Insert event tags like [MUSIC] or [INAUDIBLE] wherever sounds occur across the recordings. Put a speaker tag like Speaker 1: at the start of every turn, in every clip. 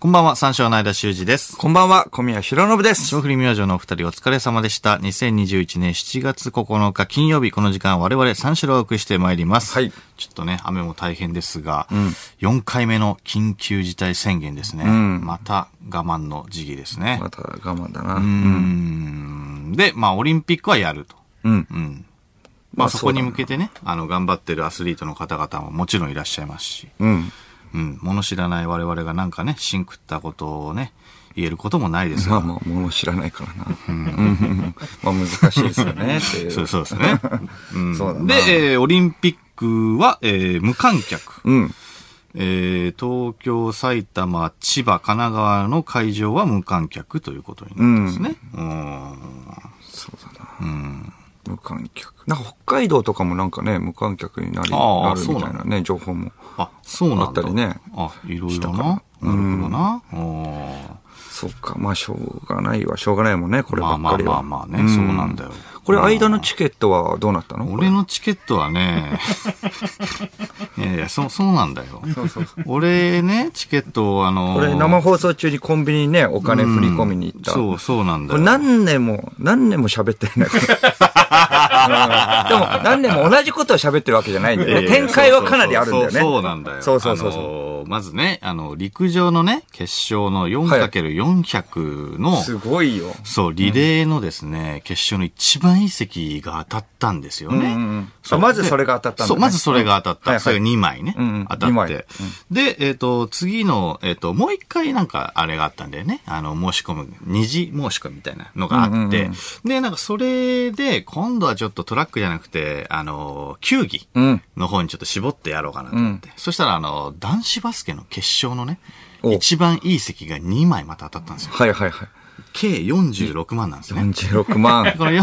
Speaker 1: こんばんは、三章の間修二です。
Speaker 2: こんばんは、小宮弘信です。
Speaker 1: 霜降り明星のお二人お疲れ様でした。2021年7月9日金曜日、この時間我々三四郎をお送りしてまいります。
Speaker 2: はい
Speaker 1: ちょっとね、雨も大変ですが、4回目の緊急事態宣言ですね。また我慢の時期ですね。
Speaker 2: また我慢だな。
Speaker 1: うんで、まあオリンピックはやると。
Speaker 2: うん。
Speaker 1: まあそこに向けてね、あの頑張ってるアスリートの方々ももちろんいらっしゃいますし、
Speaker 2: うん。
Speaker 1: うん、物知らない我々がなんかね、シンクったことをね、言えることもないです
Speaker 2: ま [LAUGHS]
Speaker 1: が、
Speaker 2: あまあ、もの知らないからな。うんまあ難しいですよね、っていう。
Speaker 1: そうそうですね。うん
Speaker 2: そうだな
Speaker 1: で、えーオリンピックは、えー無観客。
Speaker 2: うん。
Speaker 1: えー東京、埼玉、千葉、神奈川の会場は無観客ということにな
Speaker 2: う
Speaker 1: るん
Speaker 2: ん。
Speaker 1: ですね。うん
Speaker 2: そうだな。無観客。なんか北海道とかもなんかね、無観客になり、
Speaker 1: あー
Speaker 2: なるみたいなね、情報も。
Speaker 1: あ、そうなんだ。
Speaker 2: あったりね
Speaker 1: あ、いろい
Speaker 2: した
Speaker 1: ろ
Speaker 2: か
Speaker 1: な。
Speaker 2: ら
Speaker 1: なるほどな。あ
Speaker 2: そうか、まあしょうがないはしょうがないもんね、こ
Speaker 1: ー
Speaker 2: れ
Speaker 1: ま
Speaker 2: ば
Speaker 1: あ
Speaker 2: っ
Speaker 1: ま
Speaker 2: か
Speaker 1: あ
Speaker 2: り
Speaker 1: ま
Speaker 2: は。
Speaker 1: あまあね、そうなんだよ。
Speaker 2: これ、間のチケットはどうなったの
Speaker 1: 俺のチケットは
Speaker 2: [LAUGHS]
Speaker 1: ね、いやいや、そう、そうなんだよ。俺ね、チケットをあの、
Speaker 2: これ生放送中にコンビニにね、お金振り込みに行った。
Speaker 1: そう、そうなんだ
Speaker 2: これ
Speaker 1: よ。
Speaker 2: 何年も、何年も喋ってるんだけど。でも何年も同じことを喋ってるわけじゃないんだよね。展開はかなりあるんだよね。
Speaker 1: そうそうそうなんだよ。
Speaker 2: そうそうそうそう
Speaker 1: あのーまずね、あの、陸上のね、決勝の 4×400 の、
Speaker 2: すごいよ。
Speaker 1: そう、リレーのですね、決勝の一番いい席が当たったんですよね。
Speaker 2: うんうん
Speaker 1: そう
Speaker 2: あまずそれが当たったんだ
Speaker 1: そ
Speaker 2: ね
Speaker 1: う、まずそれが当たった。
Speaker 2: はいはい
Speaker 1: それが2枚ね。
Speaker 2: うんうん
Speaker 1: 当た
Speaker 2: 二
Speaker 1: っ
Speaker 2: 枚う
Speaker 1: て
Speaker 2: ん。
Speaker 1: で、えっ、と、次の、えっ、と、もう一回なんかあれがあったんだよね。あの、申し込む、二次申し込みみたいなのがあって。
Speaker 2: うんうんう
Speaker 1: で、なんかそれで、今度はちょっとトラックじゃなくて、あの、球技。
Speaker 2: うん。
Speaker 1: の方にちょっと絞ってやろうかなと思って。そしたら、あの、男子バスケの決勝のね、
Speaker 2: お
Speaker 1: 一番いい席が2枚また当たったんですよ。
Speaker 2: はいはいはい。
Speaker 1: 計46万なんですね。
Speaker 2: 46万。
Speaker 1: [LAUGHS] この
Speaker 2: はいはい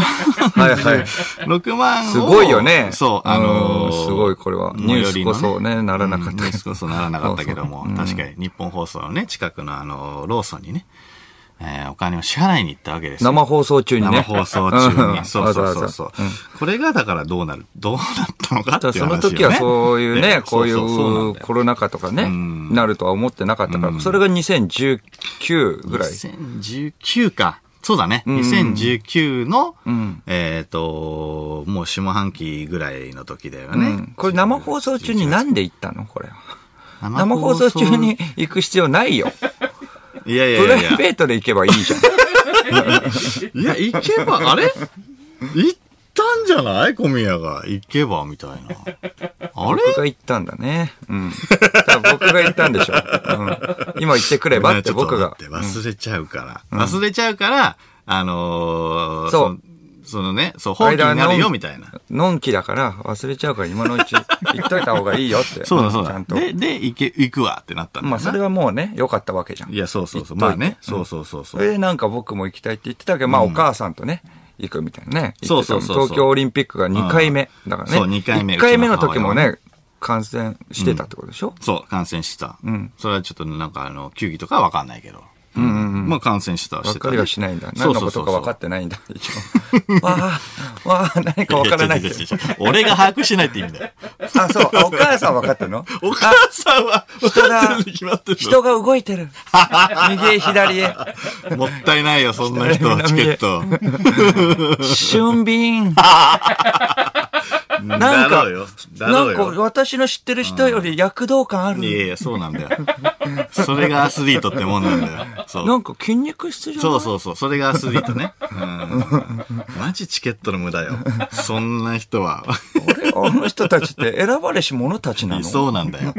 Speaker 1: 46万を。
Speaker 2: すごいよね。
Speaker 1: そう、あの
Speaker 2: うん
Speaker 1: ー
Speaker 2: すごいこれは。
Speaker 1: 最
Speaker 2: ニュー
Speaker 1: 寄り
Speaker 2: ス
Speaker 1: の
Speaker 2: こ
Speaker 1: ね
Speaker 2: そね、ならなかっ
Speaker 1: うん
Speaker 2: た
Speaker 1: ニュ
Speaker 2: け
Speaker 1: ース
Speaker 2: ど。
Speaker 1: こそならなかったけども、
Speaker 2: そうそう
Speaker 1: 確かに日本放送のね、近くのあのー、ローソンにね、えーお金を支払いに行ったわけですよ。
Speaker 2: 生放送中にね。
Speaker 1: 生放送中に。そうそうそうそう
Speaker 2: わざわざん。
Speaker 1: これがだからどうなる、どうなったのかって
Speaker 2: だ
Speaker 1: いう話
Speaker 2: から
Speaker 1: よ
Speaker 2: そ
Speaker 1: ね
Speaker 2: の時はそういうね、こうい
Speaker 1: そそそなん
Speaker 2: う
Speaker 1: だよ
Speaker 2: コロナ禍とかね、
Speaker 1: ん
Speaker 2: なるとは思ってなかったから、それが2019ぐらい。
Speaker 1: 2019か。そうだね。2019の、
Speaker 2: ん
Speaker 1: えっ、と、もう下半期ぐらいの時だよ
Speaker 2: う
Speaker 1: ね。
Speaker 2: んこれ生放送中になんで行ったのこれ。生
Speaker 1: 生
Speaker 2: 放送中に。行く必要ないよ。
Speaker 1: いやいや
Speaker 2: プ
Speaker 1: い
Speaker 2: ラ
Speaker 1: や
Speaker 2: イベートで行けばいいじゃん。
Speaker 1: いや。いや、行けば、あれ行ったんじゃない小宮が。行けば、みたいな。あれ
Speaker 2: 僕が行ったんだね。うん。多分僕が行ったんでしょ。うん。今行ってくればって僕が
Speaker 1: ち。ょっと待って忘れちゃうから。忘れちゃうから、あのー
Speaker 2: そう
Speaker 1: そ。そのね、そう、本気になるよ、みたいな。
Speaker 2: のんきだから忘れちゃうから今のうち行っといた方がいいよっ
Speaker 1: [LAUGHS]
Speaker 2: て。
Speaker 1: そうだそう
Speaker 2: ちゃ
Speaker 1: だ
Speaker 2: ん。と。
Speaker 1: で、で、行け、行くわってなったんだよな
Speaker 2: まあそれはもうね、良かったわけじゃん。
Speaker 1: いや、そうそうそう。
Speaker 2: 言
Speaker 1: ま
Speaker 2: っ
Speaker 1: あ
Speaker 2: といて
Speaker 1: ね。そうそうそうそ。
Speaker 2: そうれでなんか僕も行きたいって言ってたけど、まあお母さんとね、行くみたいなね。
Speaker 1: そうそうそうそう
Speaker 2: 行ってたの東京オリンピックが2回目だからね。
Speaker 1: そう二回目
Speaker 2: 1回目の時もね、感染してたってことでしょ
Speaker 1: そう、感染してた。
Speaker 2: ん
Speaker 1: それはちょっとなんか、あの、球技とかはわかんないけど。うんまあ感染してたは
Speaker 2: わ
Speaker 1: してた
Speaker 2: か
Speaker 1: ね。
Speaker 2: りはしないんだ。
Speaker 1: そ
Speaker 2: 何
Speaker 1: う
Speaker 2: の
Speaker 1: そ
Speaker 2: こ
Speaker 1: うそ
Speaker 2: と
Speaker 1: う
Speaker 2: か分かってないんだ、一応。わあ、わあ、何か分からない
Speaker 1: や
Speaker 2: け
Speaker 1: や違う違う
Speaker 2: ど
Speaker 1: 違う俺が把握してないって意味だよ。
Speaker 2: あ、そう。あお母さん分かってんの
Speaker 1: お母さんは、分かってるに決まってるの
Speaker 2: 人が動いてる。右へ左へ。
Speaker 1: もったいないよ、そんな人はチケット。
Speaker 2: 俊敏。
Speaker 1: だ
Speaker 2: なんか
Speaker 1: ろうよ、。だろ
Speaker 2: な
Speaker 1: うん
Speaker 2: か
Speaker 1: よ。
Speaker 2: 私の知ってる人より躍動感あ
Speaker 1: い
Speaker 2: る。
Speaker 1: やいや、そうなんだよ。それがアスリートってもんなんだよ。そう。
Speaker 2: なんか筋肉質じゃない
Speaker 1: そうそうそう。それがアスリートね。うん。マジチケットの無駄よ。そんな人は。
Speaker 2: あの人たちって選ばれし者たちなの
Speaker 1: そうなんだよ。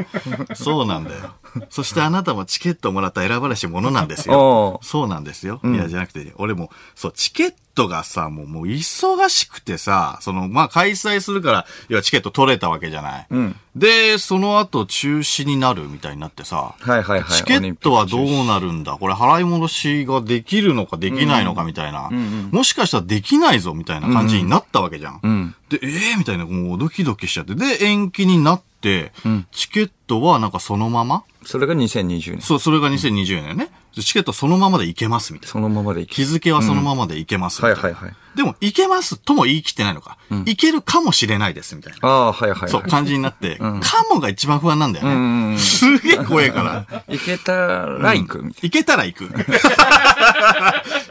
Speaker 1: そうなんだよ。そしてあなたもチケットをもらった選ばれし者なんですよ
Speaker 2: お。う
Speaker 1: そうなんですよ。いや、じゃなくて、俺も、そう、チケットがさ、もう、もう忙しくてさ、その、まあ、開催するから、要はチケット取れたわけじゃない。
Speaker 2: ん
Speaker 1: で、その後中止になるみたいになってさ、
Speaker 2: はいはいはい。
Speaker 1: チケットはどうなるんだこれ払い戻しができるのかできないのかみたいな。もしかしたらできないぞみたいな感じになったわけじゃん。
Speaker 2: ん
Speaker 1: で、ええー、みたいな、もうドキドキしちゃって。で、延期になって、チケットはなんかそのまま
Speaker 2: それが2020年。
Speaker 1: そう、それが2020年ね。チケットそのままで行けますみたいな。
Speaker 2: そのままでいけ
Speaker 1: 日付はそのままで行けますみたいな。
Speaker 2: はいはいはい
Speaker 1: でも、行けますとも言い切ってないのか。行けるかもしれないですみたいな。
Speaker 2: ああ、はいはい、はい。
Speaker 1: そう、感じになって、かもが一番不安なんだよ
Speaker 2: ん
Speaker 1: ね。すげえ怖えから。
Speaker 2: いけたら行くみたい
Speaker 1: 行けたら行
Speaker 2: [LAUGHS]
Speaker 1: く。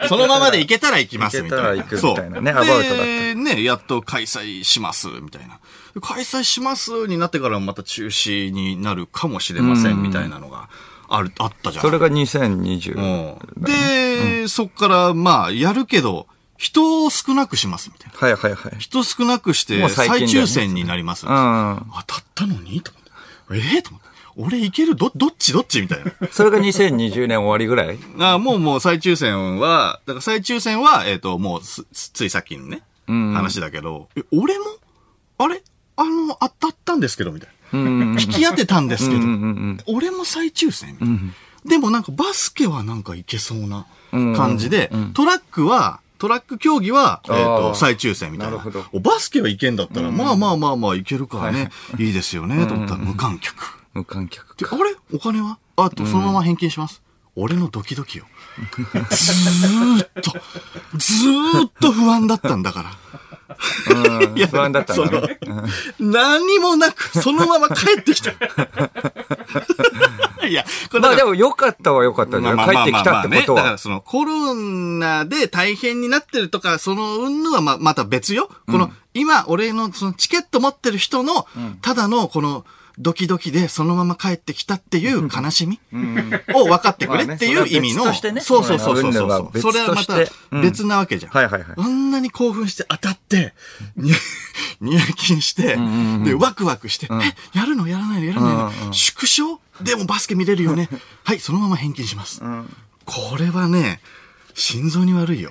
Speaker 1: そのままで行けたら行きますみたいな。
Speaker 2: 行けたら行くみたいなね
Speaker 1: そう
Speaker 2: アバウトだった
Speaker 1: で、ね、やっと開催します、みたいな。開催しますになってからまた中止になるかもしれません、みたいなのがある、あったじゃ
Speaker 2: な。
Speaker 1: ん。
Speaker 2: それが2020。
Speaker 1: うんで、そっから、まあ、やるけど、人を少なくします、みたいな。
Speaker 2: はいはいはい。
Speaker 1: 人少なくして、
Speaker 2: もう最近だ
Speaker 1: 再
Speaker 2: よね
Speaker 1: 抽選になります。
Speaker 2: うん。
Speaker 1: あ当たったのにと思って。ええと思って。俺いけるど、どっちどっちみたい
Speaker 2: それが2020年終わりぐらい
Speaker 1: な。あもうもう再抽選は、だから再抽選は、えっ、と、もうす、すついさっきのね、話だけど、え、俺もあれあの、当たったんですけど、みたいな。引き当てたんですけど、俺も再抽選みたいなでもなんかバスケはなんかいけそうな感じで、トラックは、トラック競技は、えっ、
Speaker 2: あー
Speaker 1: と、再抽選みたい
Speaker 2: な
Speaker 1: な
Speaker 2: るほど
Speaker 1: おバスケはいけんだったら、まあまあまあまあいけるからね、い、いですよね、と思ったら無観客。
Speaker 2: 無観客
Speaker 1: で、
Speaker 2: か。
Speaker 1: あれお金はあと、そのまま返金します。俺のドキドキよ。ずーっと、ずーっと不安だったんだから。
Speaker 2: うん
Speaker 1: いや
Speaker 2: 不安だったんだね。
Speaker 1: その何もなく、そのまま帰ってき
Speaker 2: [LAUGHS]
Speaker 1: た。いや、これ
Speaker 2: ま
Speaker 1: だから
Speaker 2: あでも良かったは良かったじゃん。帰ってきたっ
Speaker 1: まあまあまあまあ
Speaker 2: てこと
Speaker 1: ねだか
Speaker 2: は
Speaker 1: ら。そのコロナで大変になってるとか、その云々はま、また別よ。この、今、俺のそのチケット持ってる人の、ただのこの、ドキドキでそのまま帰ってきたっていう悲しみを分かってくれっていう意味の。
Speaker 2: まあねそれは別としてね
Speaker 1: そうそうそうそう
Speaker 2: まあ
Speaker 1: そ
Speaker 2: まあまあ
Speaker 1: う。
Speaker 2: 別
Speaker 1: そ
Speaker 2: と
Speaker 1: れはまた
Speaker 2: してうん
Speaker 1: 別なわけじゃん。
Speaker 2: はいはいはい
Speaker 1: あんなに興奮して当たって、に [LAUGHS] 入金して、で、ワクワクして、え、やるのやらないのやらないの、縮小でもバスケ見れるよ
Speaker 2: [LAUGHS]
Speaker 1: ね。はい、そのまま返金します。これはね、心臓に悪いよ。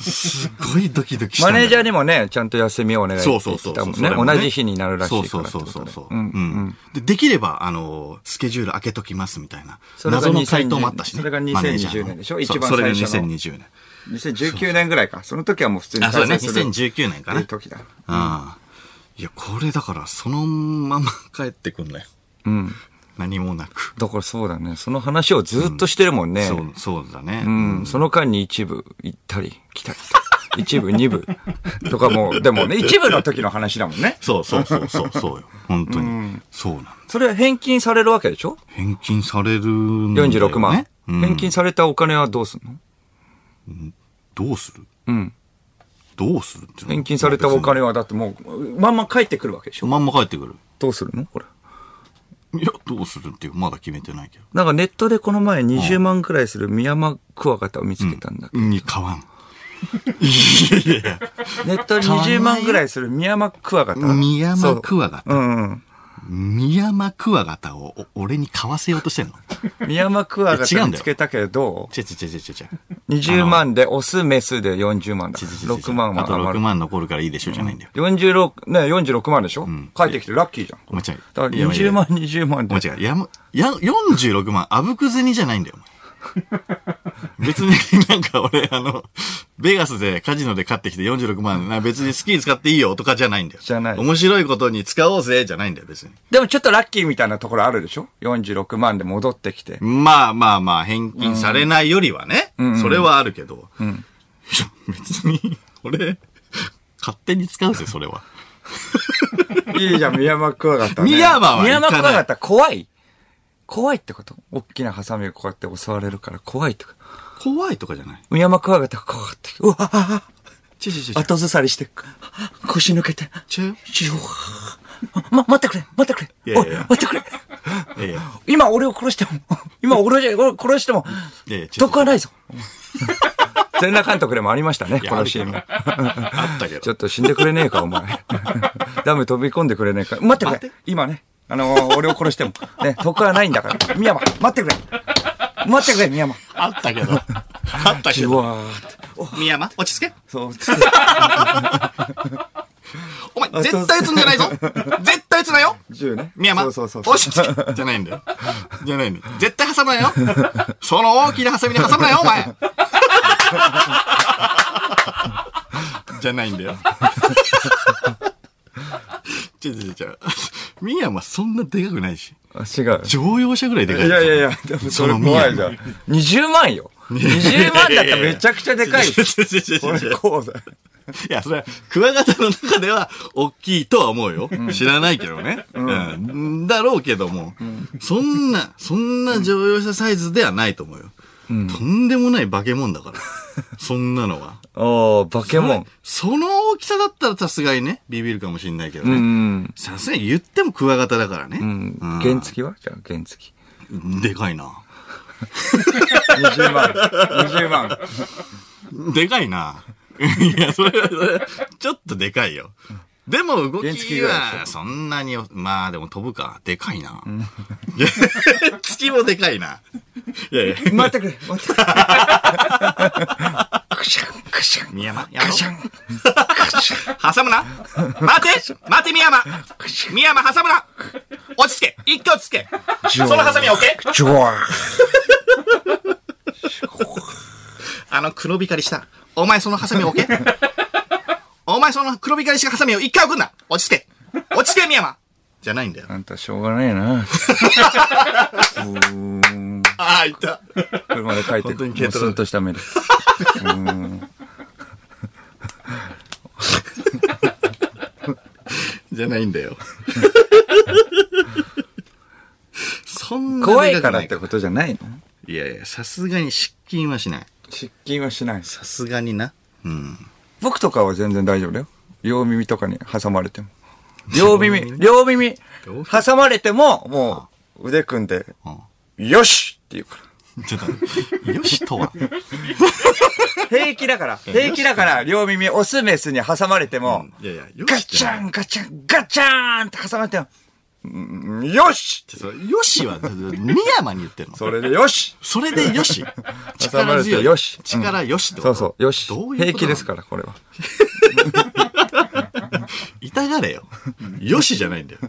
Speaker 1: すっごいドキドキした
Speaker 2: マ
Speaker 1: んだよ。
Speaker 2: ネージャーにもね、ちゃんと休みをお願いって
Speaker 1: そ
Speaker 2: 言
Speaker 1: うそうそう
Speaker 2: ってた
Speaker 1: そう
Speaker 2: もんね。
Speaker 1: それも
Speaker 2: 同じ日になるらしいから
Speaker 1: そう
Speaker 2: って
Speaker 1: そ
Speaker 2: こ
Speaker 1: う
Speaker 2: と
Speaker 1: そうそうそう。
Speaker 2: で
Speaker 1: う
Speaker 2: うんんうん。
Speaker 1: でできれば、あのースケジュール開けときますみたいな。
Speaker 2: それが
Speaker 1: 謎の回答もあったしね。
Speaker 2: それが2020
Speaker 1: マネージャーの
Speaker 2: 年でしょ
Speaker 1: そう
Speaker 2: 一番
Speaker 1: それが
Speaker 2: 最初の
Speaker 1: 2020年。
Speaker 2: 2019年ぐらいか。その時はもう普通に
Speaker 1: あ、そうだね。
Speaker 2: 開催する
Speaker 1: 2019年かな。
Speaker 2: っていう時だ。
Speaker 1: ああ。いや、これだから、そのまま帰ってくんなよ。
Speaker 2: うん。
Speaker 1: 何もなく。
Speaker 2: だからそうだね。その話をずっとしてるもんね。
Speaker 1: そう、そうだね。
Speaker 2: うん、その間に一部行ったり
Speaker 1: [LAUGHS]
Speaker 2: 来たりと。一部、二部とかもう、でもね、一部の時の話だもんね。
Speaker 1: そうそうそうそう、そうよ。
Speaker 2: [LAUGHS]
Speaker 1: 本当に。そうなの。
Speaker 2: それは返金されるわけでしょ
Speaker 1: 返金されるんだよ、ね。
Speaker 2: ?46 万、
Speaker 1: うん
Speaker 2: 返金されたお金はどうすんの
Speaker 1: どうする
Speaker 2: うん。
Speaker 1: どうするっていうの
Speaker 2: 返金されたお。金はだってもう、まんま返ってくるわけでし
Speaker 1: 別にま
Speaker 2: ょ
Speaker 1: んま帰ってくる。
Speaker 2: どうするのこれ。
Speaker 1: いや、どうするっていう、まだ決めてないけど。
Speaker 2: なんかネットでこの前20万くらいするミヤマクワガタを見つけたんだけど、
Speaker 1: に買わん。いやいや
Speaker 2: ネットで20万くらいするミヤマクワガタ。
Speaker 1: ミヤマクワガ
Speaker 2: そう
Speaker 1: タ。
Speaker 2: うんうん。
Speaker 1: ミヤマクワガタをお俺に買わせようとしてんの
Speaker 2: ミヤマクワ
Speaker 1: いや
Speaker 2: ガ
Speaker 1: 違
Speaker 2: タ
Speaker 1: うん
Speaker 2: 見
Speaker 1: だよ
Speaker 2: つけたけど、
Speaker 1: ちょちょちょちょちょちょ。
Speaker 2: 20万でオス、メスで40万だ。
Speaker 1: ちょちょちょちょ
Speaker 2: 6万は
Speaker 1: あと
Speaker 2: 余
Speaker 1: 6
Speaker 2: る。
Speaker 1: 万残るからいいでしょじゃないんだよ。
Speaker 2: 46、ね、46万でしょ、帰ってきてラッキーじゃん。
Speaker 1: 間違い
Speaker 2: だから
Speaker 1: いやいやい
Speaker 2: 20
Speaker 1: や
Speaker 2: 万、20万で。
Speaker 1: 間違いやむ、や、46万、あぶく銭じゃないんだよ、お前 [LAUGHS] 別になんか俺、あの、ベガスでカジノで買ってきて46万、な別にスキー使っていいよとかじゃないんだよ。
Speaker 2: じゃない
Speaker 1: 面白いことに使おうぜ、じゃないんだよ、別に。
Speaker 2: でもちょっとラッキーみたいなところあるでしょ ?46 万で戻ってきて。
Speaker 1: まあまあまあ、返金されないよりはね、それはあるけど、いや、別に、俺、勝手に使うぜ、それは。
Speaker 2: いいじゃん、ミヤマクワガタ、ね。
Speaker 1: ミヤマは
Speaker 2: ミヤ
Speaker 1: 行かな
Speaker 2: マク
Speaker 1: い
Speaker 2: ワガタ怖い怖いってこと大きなハサミをこうやって襲われるから怖いってこと。
Speaker 1: 怖いとかじゃない。
Speaker 2: ミヤマクワガタが怖かって。うわああ
Speaker 1: ちょちょち
Speaker 2: あ
Speaker 1: ょ
Speaker 2: 後ずさりして。腰抜けて。
Speaker 1: ちょ。
Speaker 2: ジュワーま、待ってくれ待ってくれ
Speaker 1: いやいやいや
Speaker 2: お待ってくれ
Speaker 1: いやいや
Speaker 2: 今俺を殺しても、 [LAUGHS] 今俺を殺しても
Speaker 1: いやいや、ちょっと
Speaker 2: 得はないぞ。 [LAUGHS] 全裸監督でもありましたね、このシーンも。
Speaker 1: あったけ
Speaker 2: ち
Speaker 1: ど。
Speaker 2: ょっと死んでくれねえか、お前。 [LAUGHS] ダム飛び込んでくれねえか。待ってくれ今ね、あのー俺を殺しても、ね、得はないんだから。宮山、待ってくれ待ってくれ、宮山。
Speaker 1: あったけど。 [LAUGHS] あったけ
Speaker 2: う
Speaker 1: ど。
Speaker 2: わーって。
Speaker 1: 宮山、落ち着け。
Speaker 2: そう、つって
Speaker 1: お前、絶対積んでない
Speaker 2: [LAUGHS]
Speaker 1: ぞ。絶対積んだよ。
Speaker 2: 銃ね。
Speaker 1: 宮山、
Speaker 2: そうそうそうそう。
Speaker 1: 落ち着け。じゃないんだよ。じゃないんだよ。絶対挟む
Speaker 2: [LAUGHS]
Speaker 1: なよ。その大きなハサミで挟むなよ、お前。じゃないんだよ。ちょちょちょ。ミヤマそんなでかくないし。
Speaker 2: あ違う。
Speaker 1: 乗用車ぐらいで
Speaker 2: い
Speaker 1: かい。
Speaker 2: やいやいや、でもそれ怖いじゃん。20万よ。20万だったらめちゃくちゃでかいよ。
Speaker 1: [LAUGHS] ちょちょちょち
Speaker 2: こ
Speaker 1: ょ
Speaker 2: れ
Speaker 1: ちょ
Speaker 2: こうだ。
Speaker 1: [LAUGHS] いや、それは、クワガタの中では、大きいとは思うよ。知らないけどね。うん。だろうけども、そんな、そんな乗用車サイズではないと思うよ。とんでもない化け物だ [LAUGHS] から。そんなのは。
Speaker 2: おー、バケモン。
Speaker 1: その大きさだったらさすがにね、ビビるかもしんないけど
Speaker 2: う
Speaker 1: ね。
Speaker 2: ん。
Speaker 1: さすがに言ってもクワガタだからね。
Speaker 2: うん。原付はじゃあ原付。
Speaker 1: でかいな。
Speaker 2: 20万。20万。
Speaker 1: でかいな。 [LAUGHS] いや、それは、それはちょっとでかいよ。でも動
Speaker 2: 原付
Speaker 1: き
Speaker 2: ぐらいでし
Speaker 1: は、そんなに、まあでも飛ぶか。でかいな。いや [LAUGHS] 月もでかいな。いやいや。
Speaker 2: 待 [LAUGHS] ってくれ、待ってくれ。クシャン、クシャン。
Speaker 1: 宮山、やろ
Speaker 2: ク
Speaker 1: う
Speaker 2: シャン。クシャン。
Speaker 1: 挟むな待て待て宮山宮山挟むな落ち着け一挙落ち着けそのハサミは OK?
Speaker 2: ジョワー。
Speaker 1: あの黒光りした。お前そのハサミは OK? [LAUGHS] お前その黒光りしたハサミを一回置くんな落ち着け落ち着け宮山じゃないんだよ。
Speaker 2: あんたしょうがないな。
Speaker 1: ああ、いた。
Speaker 2: 車で帰って
Speaker 1: 本
Speaker 2: く
Speaker 1: 当に
Speaker 2: る。も
Speaker 1: 軽
Speaker 2: う
Speaker 1: ト
Speaker 2: ス
Speaker 1: ラ
Speaker 2: ンとした目 [LAUGHS] で。
Speaker 1: じゃないんだよ。 [LAUGHS] そんなでかく
Speaker 2: 怖
Speaker 1: ない
Speaker 2: からってことじゃないの
Speaker 1: いやいや、さすがに失禁はしない。
Speaker 2: 失禁はしない
Speaker 1: さすがにな。うん。
Speaker 2: 僕とかは全然大丈夫だよ。両耳とかに挟まれても。両耳、両耳
Speaker 1: 両耳、
Speaker 2: 挟まれても、もう、腕組んで、よしって言うか
Speaker 1: ちょっと、よしとは。
Speaker 2: ら。平気だから、 [LAUGHS] 平気だから、両耳、オスメスに挟まれても、
Speaker 1: いやいや、よ
Speaker 2: ガ
Speaker 1: しじ
Speaker 2: チ
Speaker 1: ゃ
Speaker 2: ャ
Speaker 1: ない。
Speaker 2: ン、ガチャン、ガチャーンって挟まれても、うんよし
Speaker 1: [LAUGHS] ちょっとよしは、深山に言ってるの。
Speaker 2: それでよし [LAUGHS]
Speaker 1: それでよし。
Speaker 2: 挟ま
Speaker 1: 力
Speaker 2: れて
Speaker 1: 強い。
Speaker 2: よし
Speaker 1: 力よしってこと
Speaker 2: そうそう、よし。
Speaker 1: どういうことな
Speaker 2: 平
Speaker 1: の
Speaker 2: 気ですから、これは。
Speaker 1: 痛がれよ。よしじゃないんだよ。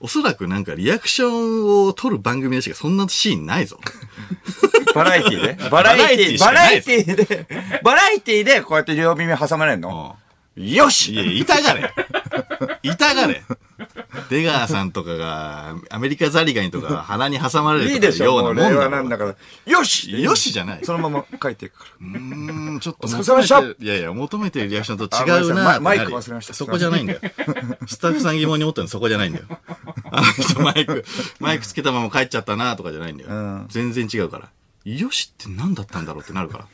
Speaker 1: おそらくなんかリアクションを取る番組でしかそんなシーンないぞ。
Speaker 2: バラエティでバラエティ、
Speaker 1: バ
Speaker 2: バ
Speaker 1: ラ
Speaker 2: ラ
Speaker 1: エ
Speaker 2: エ
Speaker 1: テ
Speaker 2: ティで、バラエティでこうやって両耳挟まれんのよ
Speaker 1: い
Speaker 2: し
Speaker 1: や、痛 [LAUGHS] がれ。痛がれ。 [LAUGHS] 出川さんとかが、アメリカザリガニとか鼻に挟まれ
Speaker 2: いい
Speaker 1: る
Speaker 2: で
Speaker 1: と
Speaker 2: し
Speaker 1: かよ
Speaker 2: ょ、も
Speaker 1: う
Speaker 2: う
Speaker 1: なも
Speaker 2: 令
Speaker 1: んだ
Speaker 2: 和
Speaker 1: か
Speaker 2: な
Speaker 1: ら
Speaker 2: んだから。よし
Speaker 1: よしじゃない。
Speaker 2: そのまま書いていくから。
Speaker 1: うーん、ちょっと
Speaker 2: お疲れ様でした
Speaker 1: 求めてるいやいや、求めてるリアクションと違うな
Speaker 2: あごめんなさいマイマイク忘れました
Speaker 1: そこじゃないんだよ。スタッフさん疑問に思ったのそこじゃないんだよ。あの人マイク、マイクつけたまま帰っちゃったなとかじゃないんだよ。
Speaker 2: ん
Speaker 1: 全然違うから。よしって何だったんだろうってなるから。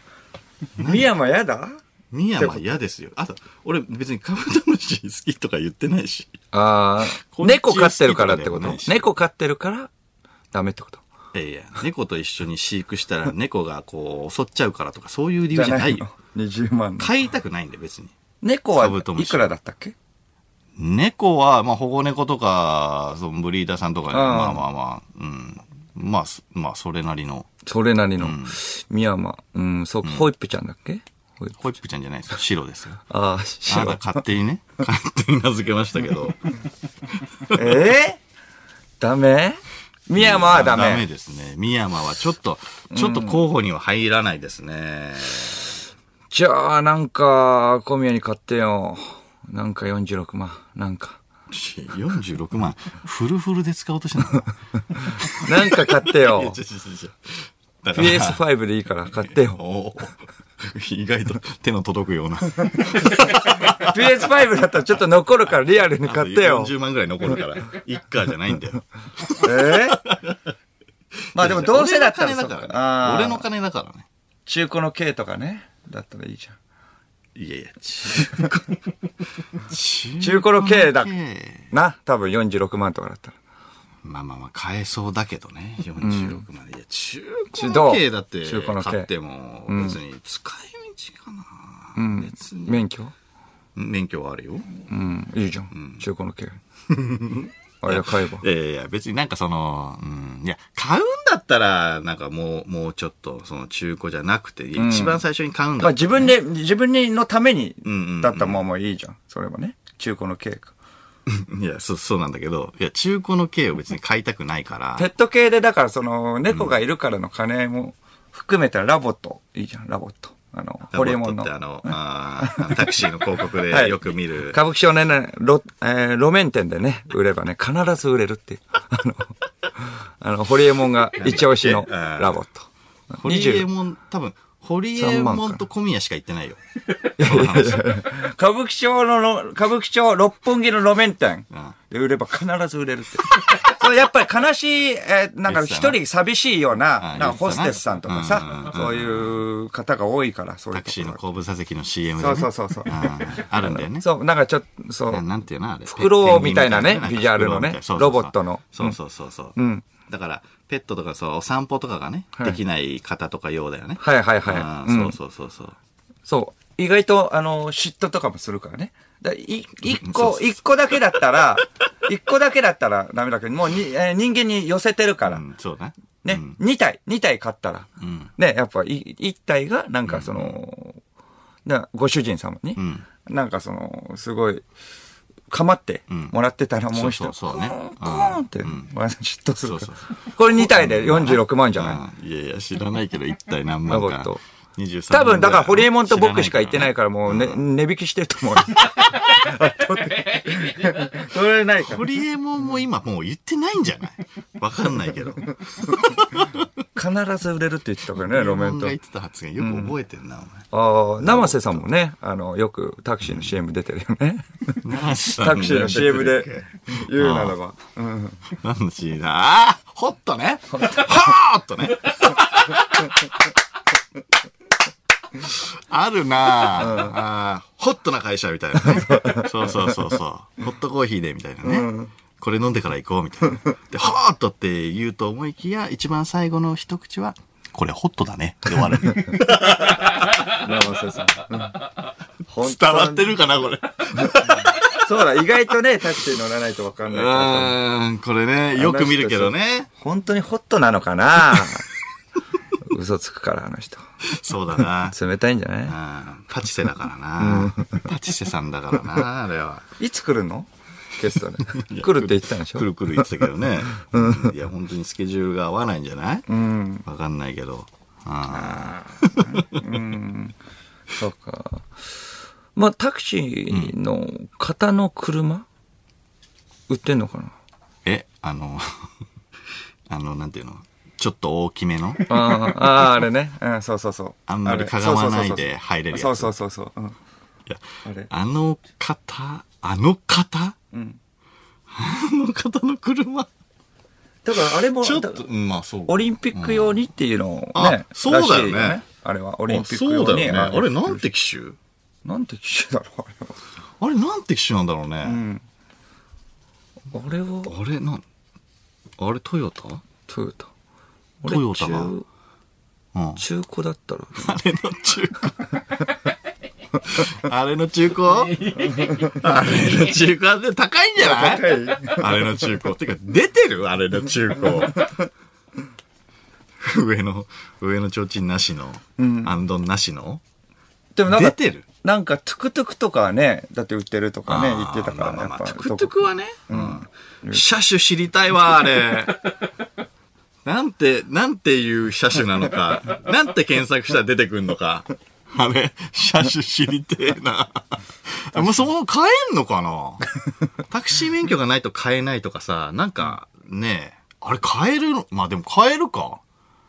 Speaker 2: 深山やだ
Speaker 1: 深山嫌ですよ。あと、俺別にカブトムシ好きとか言ってないし。
Speaker 2: あ
Speaker 1: こ
Speaker 2: あ、
Speaker 1: っち
Speaker 2: 猫飼ってるからってこ
Speaker 1: 好きとかでも
Speaker 2: と
Speaker 1: ないし
Speaker 2: 猫飼ってるから、ダメってこと
Speaker 1: いやいや、猫と一緒に飼育したら猫がこう襲っちゃうからとかそういう理由じゃないよ。
Speaker 2: の。20万の。
Speaker 1: 飼いたくないんで別に。
Speaker 2: 猫
Speaker 1: カブトム
Speaker 2: は
Speaker 1: シ
Speaker 2: いくらだったっけ
Speaker 1: 猫は、まあ、保護猫とか、そのブリーダーさんとか、
Speaker 2: ああ
Speaker 1: まあまあまあ、うん。まあ、すまあ、それなりの、
Speaker 2: それなりの。深山。うん、そうか、ホイップちゃんだっけホイップ
Speaker 1: ホイップちゃんじゃないですよ。白ですよ。
Speaker 2: ああ、
Speaker 1: あな
Speaker 2: 白
Speaker 1: た。勝手にね、 [LAUGHS] 勝手に名付けましたけ [LAUGHS] ど。
Speaker 2: ええダメ深山はダ
Speaker 1: ダメ
Speaker 2: メ。
Speaker 1: ですね。深山はちょっと、ちょっと候補には入らないですね。
Speaker 2: じゃあ、なんか、小宮に買ってよ。なんか46万。なんか。
Speaker 1: 46万、フルフルで使おうとして [LAUGHS] ないの
Speaker 2: なんか買って
Speaker 1: いや
Speaker 2: よ
Speaker 1: ち。ょちょちょちょだから
Speaker 2: [LAUGHS] PS5 でいいから買ってよ。
Speaker 1: おー [LAUGHS] 意外と手の届くような。
Speaker 2: PS5 だったらちょっと残るからリアルに買ってよ。
Speaker 1: 40万ぐらい残るから、一家じゃないんだよ。
Speaker 2: えー [LAUGHS] まあでもどうせだったら
Speaker 1: 俺の
Speaker 2: そう
Speaker 1: 金だか
Speaker 2: あ
Speaker 1: ら、
Speaker 2: ー
Speaker 1: ね、俺の金だからね。
Speaker 2: 中古の軽とかね。だったらいいじゃん。
Speaker 1: いやいや、中古。
Speaker 2: 中古の軽だ
Speaker 1: 中古の軽
Speaker 2: な、多分46万とかだったら。
Speaker 1: まあまあまあ、買えそうだけどね、46まで。いや、中古
Speaker 2: ど
Speaker 1: の
Speaker 2: う
Speaker 1: 軽だって、
Speaker 2: 中古の軽
Speaker 1: 買っても、別に使い道かな。
Speaker 2: うん
Speaker 1: 別。に
Speaker 2: 免許
Speaker 1: 免許はあるよ。
Speaker 2: うん。いいじゃん。中古の [LAUGHS] 軽。あれ買えば
Speaker 1: い。やいやいや、別になんかその、うん、いや、買うんだったら、なんかもう、もうちょっと、その中古じゃなくて、いや一番最初に買うんだ
Speaker 2: まあ
Speaker 1: ったら
Speaker 2: 自分で、自分のために
Speaker 1: んうんうん、
Speaker 2: だったらまあまあいいじゃん。それはね。中古の軽か。
Speaker 1: [LAUGHS] いや、そう、そうなんだけど、いや、中古の軽を別に買いたくない
Speaker 2: [LAUGHS]
Speaker 1: から。
Speaker 2: ペット系で、だからその、猫がいるからの金も含めたらラボット。いいじゃん、ラボット。あ
Speaker 1: ロ
Speaker 2: の、ホリエ
Speaker 1: ボッ
Speaker 2: モ
Speaker 1: ト
Speaker 2: ン
Speaker 1: って。
Speaker 2: の
Speaker 1: あの、あーあのタクシーの広
Speaker 2: [LAUGHS]
Speaker 1: 告
Speaker 2: は
Speaker 1: で
Speaker 2: い
Speaker 1: よく見る。
Speaker 2: 歌舞伎町ね、ね路えー路面店でね、売ればね、必ず売れるっていう。あの、 [LAUGHS] あの、ホリエモンが一押しのラボッ [LAUGHS] ト。
Speaker 1: ホリエモン、多分、ホリエモンと小宮しか行ってないよ。
Speaker 2: 歌舞伎町のの、歌舞伎町六本木の路面店
Speaker 1: ん
Speaker 2: で売れば必ず売れるって。 [LAUGHS] そうやっぱり悲しい、えーなんか
Speaker 1: 言って
Speaker 2: 一
Speaker 1: たな
Speaker 2: 人寂しいような、
Speaker 1: うん
Speaker 2: なんかホステスさんとか
Speaker 1: うんうんう
Speaker 2: さ
Speaker 1: ん、
Speaker 2: そういう方が多いから、そういう
Speaker 1: タク
Speaker 2: とこ
Speaker 1: シーの
Speaker 2: ろ
Speaker 1: 後部座席の CM で、
Speaker 2: そ
Speaker 1: ね。
Speaker 2: うそうそうそう。
Speaker 1: うんあるんだよね。
Speaker 2: [LAUGHS] そう、なんかちょっと、そう。
Speaker 1: ななんていうのあれ。
Speaker 2: フクロウみたいなね
Speaker 1: ペットペンギンみたいな
Speaker 2: ビジュアルのね
Speaker 1: フクロウみたいなそうそうそう
Speaker 2: ロボットの
Speaker 1: そうそうそうそう。
Speaker 2: うん
Speaker 1: だから、ペットとかそう、お散歩とかがね、
Speaker 2: はい
Speaker 1: できない方とか用だよね。
Speaker 2: はいはい
Speaker 1: あ
Speaker 2: は
Speaker 1: ー
Speaker 2: い。うん
Speaker 1: そうそうそうそう。
Speaker 2: そう。意外と、あの、嫉妬とかもするからね。だい一
Speaker 1: そうそう
Speaker 2: 個、
Speaker 1: そう
Speaker 2: 一個だけだったら、 [LAUGHS] 一個だけだったらダメだけど、もうに、えー人間に寄せてるから
Speaker 1: う、ん、そうね。
Speaker 2: ね、二体、二体買ったら、
Speaker 1: ん
Speaker 2: ね、やっぱい一体が、なんかその、なご主人様に、
Speaker 1: ん
Speaker 2: なんかその、すごい、構って
Speaker 1: ん
Speaker 2: もらってたらもう一人、
Speaker 1: そうそうそうね
Speaker 2: コーン、コ
Speaker 1: うん
Speaker 2: ーンって、嫉妬するから
Speaker 1: そうそ
Speaker 2: これ二体で46万じゃない、
Speaker 1: いやいや、知らないけど、一体何万
Speaker 2: ロボッ
Speaker 1: か
Speaker 2: ト。
Speaker 1: 23
Speaker 2: 多分、だから、ホリエモンと僕しか行ってない
Speaker 1: か
Speaker 2: から、もう、ね、値引きしてると思う。それない
Speaker 1: ら。
Speaker 2: か
Speaker 1: ホ。リエモンも今もう言ってないんじゃないわかんない
Speaker 2: [LAUGHS]
Speaker 1: けど。
Speaker 2: 必ず売れるって言ってたから
Speaker 1: ホリエ
Speaker 2: ね、路
Speaker 1: モン
Speaker 2: 面
Speaker 1: が
Speaker 2: と
Speaker 1: 言。ってた発言よく覚えてんな、
Speaker 2: ああ、生瀬さんもね、あの、よくタクシーの CM 出てるよね。
Speaker 1: お前。タ
Speaker 2: タクシーの CM で言うならば。うん
Speaker 1: 何の CM だあーホットねはーっとねあるなぁ、あーホットな会社みたいなね。そうそうそうそう。ホットコーヒーでみたいなね。これ飲んでから行こうみたいな。で、ホーっとって言うと思いきや、一番最後の一口は、これホットだね。で終わる。
Speaker 2: 生瀬さん。うん
Speaker 1: 伝わってるかな、これ。
Speaker 2: そうだ、意外とね、タクシー乗らないとわか
Speaker 1: う
Speaker 2: んないから。
Speaker 1: ーん、これね、よく見るけどね。
Speaker 2: 本当にホットなのかな嘘つくから、あの人。
Speaker 1: そうだな。
Speaker 2: 冷たいんじゃな
Speaker 1: うんパチセだからな。パチセさんだからな、あれは。
Speaker 2: いいつ来るのゲストで。来るって言ってたんでしょ
Speaker 1: くるくる言ってたけどね。いや、本当にスケジュールが合わないんじゃない
Speaker 2: うん。
Speaker 1: わかんないけど。あ
Speaker 2: そうか。まあ、タクシーの型の車、売ってんのかな
Speaker 1: ーえ、あの、 [LAUGHS] あの、なんていうのちょっと大きめの
Speaker 2: あーあー、あれね。うん、そうそうそう。
Speaker 1: あんまりかがまないで入れるやつ
Speaker 2: そうそうそうそう。うん
Speaker 1: いや
Speaker 2: あれ。
Speaker 1: あの方、あの方
Speaker 2: うん。
Speaker 1: あの方の車
Speaker 2: だからあれも、
Speaker 1: ちょっ
Speaker 2: だ
Speaker 1: と、まあそうか。
Speaker 2: オリンピック用にっていうのをね。
Speaker 1: あそうだよね
Speaker 2: らしいあれは、オリンピック用に。
Speaker 1: あそうだよね。
Speaker 2: あ
Speaker 1: あれ、なんて機種
Speaker 2: なんて機種だろう、あ
Speaker 1: あ
Speaker 2: れは。
Speaker 1: れ、なんて機種なんだろう
Speaker 2: う
Speaker 1: ね。
Speaker 2: ん。あれは、
Speaker 1: あれ、なん、あれ、トヨタ
Speaker 2: トヨタ。
Speaker 1: トヨタが
Speaker 2: 俺中
Speaker 1: うん。
Speaker 2: 中古だったら、
Speaker 1: あれの中古。 [LAUGHS] あれの中古あれの中古で高いんじゃないあれの中古。てか、出てるあれの中
Speaker 2: [LAUGHS]
Speaker 1: 古。上の、上の提灯なしの、あんどんなしの
Speaker 2: でもなん
Speaker 1: 出
Speaker 2: か、
Speaker 1: てる
Speaker 2: なんか、トゥクトゥクとかはね、だって売ってるとかね、言ってたから
Speaker 1: あー
Speaker 2: ね。
Speaker 1: ま
Speaker 2: や
Speaker 1: あ
Speaker 2: っ
Speaker 1: まあ
Speaker 2: ぱ
Speaker 1: まあトゥクトゥクはね、うん車種知りたいわ、あれ。なんて、なんていう車種なのか、なんて検索したら出てくるのか。あれ、車種知りてえな。あもうその買えんのかなタクシー免許がないと買えないとかさ、なんか、ねえ、あれ買えるのまあでも買えるか。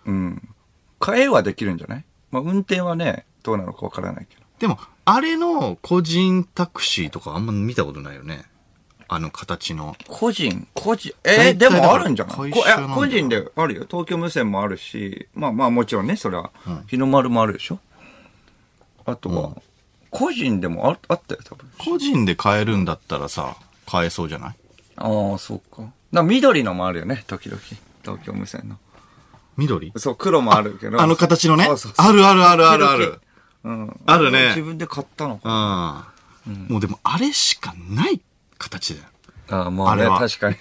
Speaker 2: うん。買えはできるんじゃないまあ、運転はね、どうなのかわからないけど。
Speaker 1: でも、あれの個人タクシーとかあんま見たことないよね。あの形の。
Speaker 2: 個人個人えー
Speaker 1: 大体
Speaker 2: で
Speaker 1: だから
Speaker 2: もあるんじゃないこ
Speaker 1: 会
Speaker 2: い
Speaker 1: 社なんだ
Speaker 2: や個人であるよ。東京無線もあるし、まあまあもちろんね、それは、日の丸もあるでしょあとは、
Speaker 1: うん
Speaker 2: 個人でもああったよ、多分。
Speaker 1: 個人で買えるんだったらさ、買えそうじゃない
Speaker 2: ああ、そうか。な緑のもあるよね、時々。東京無線の。
Speaker 1: 緑
Speaker 2: そう、黒もあるけど。
Speaker 1: あの形のね。
Speaker 2: そうそうそう
Speaker 1: あるあるあるあるあ
Speaker 2: 時々
Speaker 1: る。
Speaker 2: うん。
Speaker 1: あるね
Speaker 2: 自分で買ったのか。
Speaker 1: うん。もうでも、あれしかない形だよ。
Speaker 2: ああ、まあ
Speaker 1: あ
Speaker 2: ね、
Speaker 1: れは
Speaker 2: 確かに。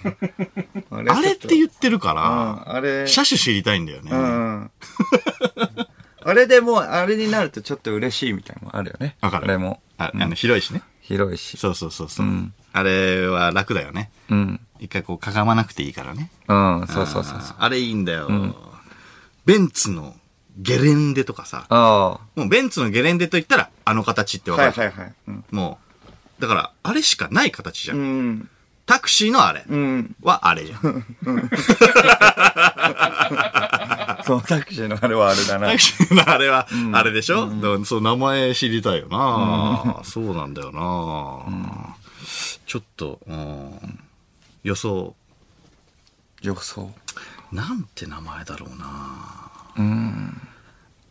Speaker 2: [LAUGHS] あ
Speaker 1: あれって
Speaker 2: う。
Speaker 1: 言ってる
Speaker 2: あ
Speaker 1: か
Speaker 2: あれ
Speaker 1: ら、。車種知りたいんだよね。
Speaker 2: う
Speaker 1: わ
Speaker 2: ん。あれでもう、あれになるとちょっと嬉しいみたいなのもあるよね。
Speaker 1: かる。
Speaker 2: あれも。
Speaker 1: あ。あの、広いしね。
Speaker 2: 広いし。。
Speaker 1: そうそうそうそううんあれは楽だよね。
Speaker 2: うん。
Speaker 1: 一回こう、かがまなくていいからね。
Speaker 2: うん、そうそうそうそう。
Speaker 1: あーあれいいんだよ。ベンツのゲレンデとかさ、
Speaker 2: あ
Speaker 1: もうベンツのゲレンデと言ったら、あの形って
Speaker 2: あ。
Speaker 1: わか
Speaker 2: はい
Speaker 1: る。
Speaker 2: はいはい。うん
Speaker 1: もう、だから、あれしかない形じゃん。
Speaker 2: うん。
Speaker 1: タクシーのあれ
Speaker 2: うん。
Speaker 1: はあれじゃん。
Speaker 2: そう、タクシーのあれはあれだな
Speaker 1: タク。シーのあれは、あれでしょ、だからそう、名前知りたいよな、そうなんだよな、ちょっと、うん、予想、
Speaker 2: [LAUGHS] 予想。
Speaker 1: なんて名前だろうな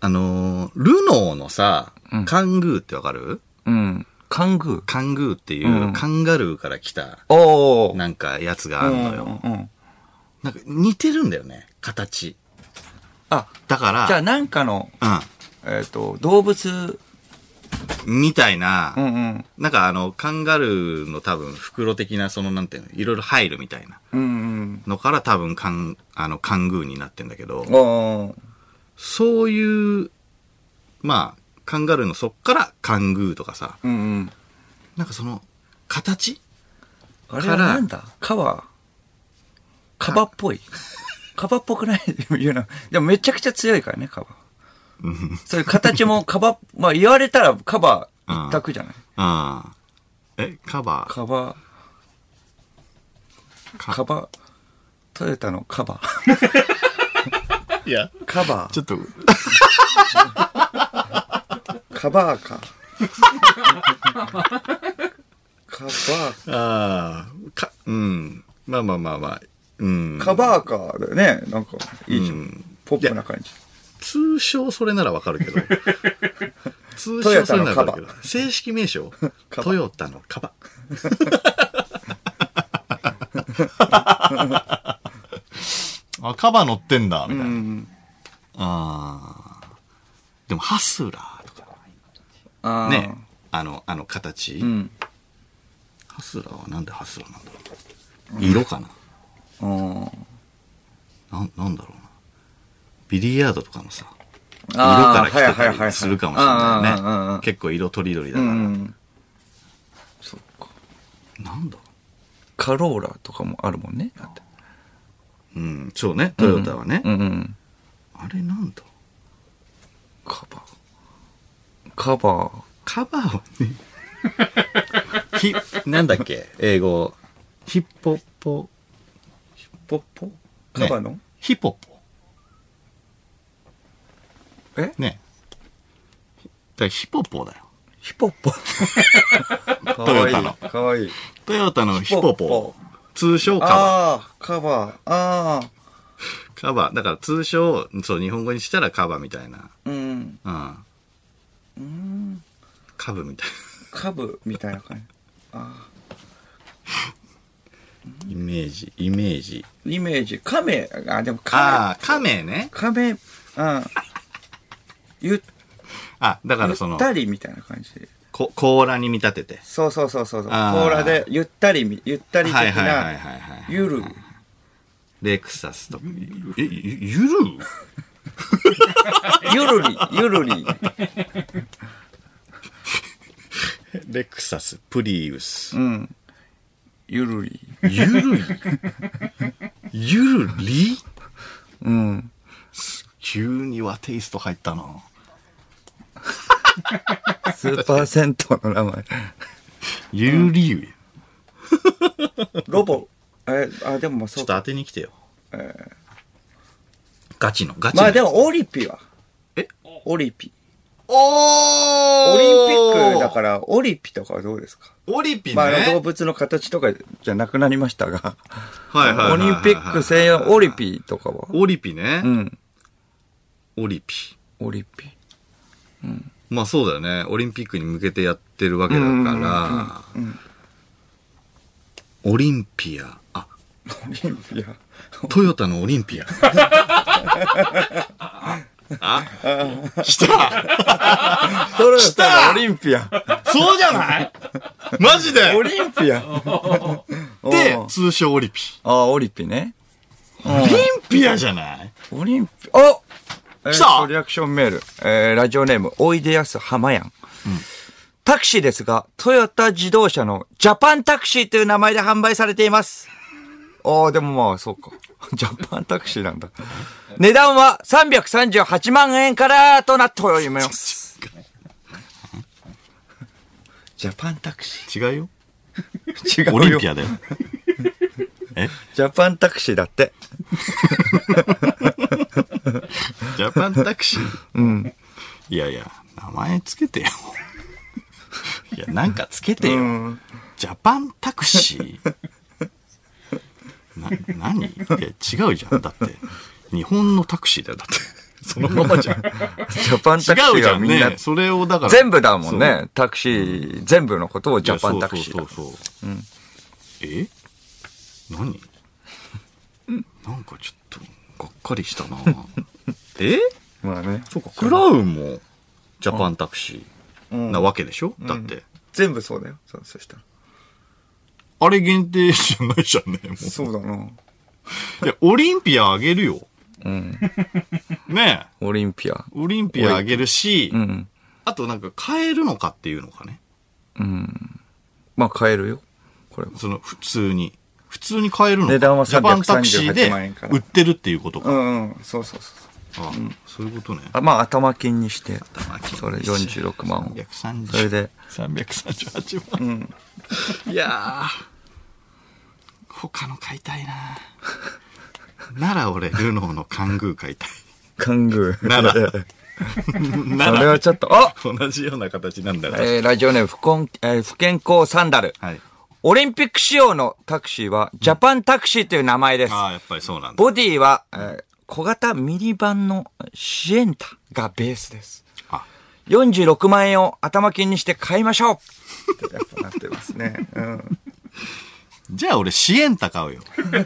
Speaker 1: あのー、ルノーのさ、カングーってわかる
Speaker 2: うん。カング
Speaker 1: カングーっていうう、
Speaker 2: ん
Speaker 1: カンガルーから来た、
Speaker 2: ー。おー。
Speaker 1: なんかやつがあるのよ。
Speaker 2: うんうんうん
Speaker 1: なんか似てるんだよね、形。
Speaker 2: あ、
Speaker 1: だから、
Speaker 2: じゃあなんかの、えっと、動物、
Speaker 1: うん、みたいな、
Speaker 2: うんうん。
Speaker 1: なんかあの、カンガルーの多分、袋的な、そのなんていうの、いろいろ入るみたいな
Speaker 2: うん
Speaker 1: のから多分、カン、あの、カングーになってんだけど
Speaker 2: うん。、おー。
Speaker 1: そういう、まあ、カンガルーのそっからカングーとかさ、
Speaker 2: うんうん。
Speaker 1: なんかその、形
Speaker 2: あれはなんだカバカバっぽ [LAUGHS] い。カバっぽくない言うな。でもめちゃくちゃ強いからね、カバ。そういう形もカバ、まあ言われたらカバ一択じゃない、
Speaker 1: ああ。え、カバー
Speaker 2: カバ、
Speaker 1: カ
Speaker 2: カバ、トヨタのカ [LAUGHS] バ。
Speaker 1: いや、
Speaker 2: カバ
Speaker 1: ちょっと、
Speaker 2: カバーか。カバー、
Speaker 1: ああ、か、うん。まあまあまあまあ、うん。
Speaker 2: バーかだよね。なんか、いいじゃん。ポップな感じ。
Speaker 1: 通称それならわかるけ [LAUGHS] ど。通
Speaker 2: ト
Speaker 1: 称
Speaker 2: ヨタ
Speaker 1: それ
Speaker 2: の
Speaker 1: なら
Speaker 2: カ
Speaker 1: わ
Speaker 2: バ
Speaker 1: かるけど。正式名称
Speaker 2: カバ
Speaker 1: トヨタのカバ。 [LAUGHS] あ、カバ乗ってんだ、みたいな。
Speaker 2: うん。
Speaker 1: ああ。でも、ハスラーとか
Speaker 2: あー
Speaker 1: ね。あの、あの形。
Speaker 2: うん。
Speaker 1: ハスラーはなんでハスラーなんだろう。色かな。
Speaker 2: うん。
Speaker 1: なん、なんだろうな。ビリヤードとかのさ、色
Speaker 2: あ
Speaker 1: から
Speaker 2: ー
Speaker 1: 来てたりするかもしれ
Speaker 2: はいはいはいはいうんうん
Speaker 1: ない
Speaker 2: うんうん
Speaker 1: ね。結構色とりどりだ
Speaker 2: う
Speaker 1: から。
Speaker 2: ん。そっか。
Speaker 1: なんだろ
Speaker 2: カローラとかもあるもんね。だって
Speaker 1: う。うん、そうね。トヨタはね。
Speaker 2: うんうん。
Speaker 1: あれなんだ
Speaker 2: カバー。カバー。
Speaker 1: カバーは [LAUGHS] ね。ひ、なんだっけ英語。ヒッポポ。
Speaker 2: ポッポ
Speaker 1: ね
Speaker 2: カバーの
Speaker 1: ヒポポ。
Speaker 2: え
Speaker 1: ね。だからヒポポだよ。
Speaker 2: ヒポッポ。
Speaker 1: [LAUGHS] トヨタの
Speaker 2: かわいい。
Speaker 1: トヨタのヒポポ。
Speaker 2: ヒポポ
Speaker 1: 通称カバー。
Speaker 2: ああ、カバー。ああ。
Speaker 1: カバー。だから通称、そう、日本語にしたらカバーみたいな。
Speaker 2: うん。
Speaker 1: うん。うん。カブみたい
Speaker 2: カブみたいな感じ。
Speaker 1: な。イメージ、イメージ。
Speaker 2: イメージ。カメ。あ、でもカ
Speaker 1: ああ、カメね
Speaker 2: メ。。カメ。うん。ゆっ
Speaker 1: あ、だからそ
Speaker 2: ゆっ
Speaker 1: の、
Speaker 2: たりみたいな感じ。
Speaker 1: こ甲羅に見立てて。
Speaker 2: そうそうそうそうそう。甲
Speaker 1: あー
Speaker 2: 羅でゆったりみ、ゆったり的
Speaker 1: はいはいはい
Speaker 2: な、
Speaker 1: はいはい。
Speaker 2: ゆる。
Speaker 1: レクサスとか。え、ゆゆる
Speaker 2: ゆるり、ゆるり。
Speaker 1: レクサス、プリウス
Speaker 2: う。ん。ゆるり。
Speaker 1: ゆるい。ゆるり
Speaker 2: うん。
Speaker 1: 急に和テイスト入ったな。
Speaker 2: スーパー銭湯の名前。
Speaker 1: ゆりゆ。
Speaker 2: ロボ。え、あ、でもまあ
Speaker 1: ち
Speaker 2: そ
Speaker 1: ょっ
Speaker 2: う
Speaker 1: と
Speaker 2: か。
Speaker 1: 当てに来てよ。ガチの、ガチの。
Speaker 2: まあでもオリピは。
Speaker 1: え
Speaker 2: オリピ。
Speaker 1: お
Speaker 2: オリンピックだ
Speaker 1: ら。
Speaker 2: から、オリピとかはどうですか
Speaker 1: オリンピね。
Speaker 2: まあ、あの動物の形とかじゃなくなりましたが、
Speaker 1: はいはいはい
Speaker 2: オ
Speaker 1: はい
Speaker 2: リンピック専用オリピとかは、
Speaker 1: オリピね
Speaker 2: う。ん、
Speaker 1: オリピ。
Speaker 2: オ
Speaker 1: [LAUGHS]
Speaker 2: リピ。
Speaker 1: まあそうだよね。オリンピックに向けてやってるわけだから。オリンピア。あ、
Speaker 2: オリンピア。
Speaker 1: トヨタのオリンピア。 [LAUGHS] あ、来た
Speaker 2: トヨタのオリンピア。
Speaker 1: そうじゃないマジで
Speaker 2: オリンピア。
Speaker 1: で
Speaker 2: [LAUGHS] おう、
Speaker 1: 通称オリピ。
Speaker 2: ああ、オリピね。
Speaker 1: オリンピアじゃない
Speaker 2: オリンピ、あえー
Speaker 1: 来た
Speaker 2: とリアクションメール。えーラジオネーム、おいでやすはまやん。タクシーですが、トヨタ自動車のジャパンタクシーという名前で販売されています。ああ、でもまあ、そうか。 [LAUGHS] ジャパンタクシーなんだ。値段は338万円からとなっております。ジャパンタクシ
Speaker 1: 違うよ。
Speaker 2: ー。違うよ。
Speaker 1: オリンピアだよ。え
Speaker 2: ジャパンタクシーだって。
Speaker 1: ジャパンタクシー。うん。いやいや、名前つけてよ。いや、なんかつけてよ。
Speaker 2: うん。
Speaker 1: ジャパンタクシー。な、何いや、違うじゃん。だって、日本のタクシーだよ。だって、そ
Speaker 2: [LAUGHS]
Speaker 1: のままじゃん。
Speaker 2: ジャパンタクシ
Speaker 1: 違う
Speaker 2: ー
Speaker 1: じゃ
Speaker 2: は
Speaker 1: ん
Speaker 2: みんな、
Speaker 1: ね。それをだから。
Speaker 2: 全部だもんね。タクシー、全部のことをジ
Speaker 1: そう。
Speaker 2: ャパンタクシー
Speaker 1: いや
Speaker 2: だ。
Speaker 1: そうそうそうそう。え何なんかちょっと、がっかりしたな [LAUGHS] え
Speaker 2: まあね。
Speaker 1: そうか、クラウンも、ジャパンタクシ
Speaker 2: う
Speaker 1: ー
Speaker 2: ん
Speaker 1: なわけでしょ、だって。
Speaker 2: 全部そうだよ。そうそしたら。
Speaker 1: あれ限定じゃないじゃんね。もう
Speaker 2: そうだな。
Speaker 1: いや、オリンピアあげるよ。
Speaker 2: うん。
Speaker 1: [LAUGHS] ねえ。
Speaker 2: オリンピア。
Speaker 1: オリンピアあげるし、
Speaker 2: うん。
Speaker 1: あとなんか買えるのかっていうのかね。
Speaker 2: うん。まあ、買えるよ。これは。
Speaker 1: その普通に。普通に買えるのか。
Speaker 2: 値段は
Speaker 1: ジャパンタクシーで
Speaker 2: 338万円から
Speaker 1: 売ってるっていうことか。
Speaker 2: んうん。そうそうそう。
Speaker 1: あそういうことね。
Speaker 2: あまあ、頭金にして、それ
Speaker 1: 十
Speaker 2: 46万を。
Speaker 1: 330
Speaker 2: それで、
Speaker 1: 338
Speaker 2: う
Speaker 1: 万。
Speaker 2: ん。
Speaker 1: いやー。他の買いたいななら俺、ルノーのカングー買いたい。
Speaker 2: 勘ぐ
Speaker 1: なら
Speaker 2: [LAUGHS]
Speaker 1: な
Speaker 2: それは
Speaker 1: ら、
Speaker 2: ちょっと、あ
Speaker 1: 同じような形なんだから。
Speaker 2: えーラジオネーム不根、えー不健康サンダル。
Speaker 1: はい。
Speaker 2: オリンピック仕様のタクシーは、ジャパンタクシーという名前です。
Speaker 1: ああ、やっぱりそうなんだ。
Speaker 2: ボディは、えー小型ミニバンのシエンタがベースです。
Speaker 1: あ
Speaker 2: 46万円を頭金にして買いましょうってやっぱなってますね。うん。
Speaker 1: じゃあ俺、シエンタ買 [LAUGHS] うよ。だっ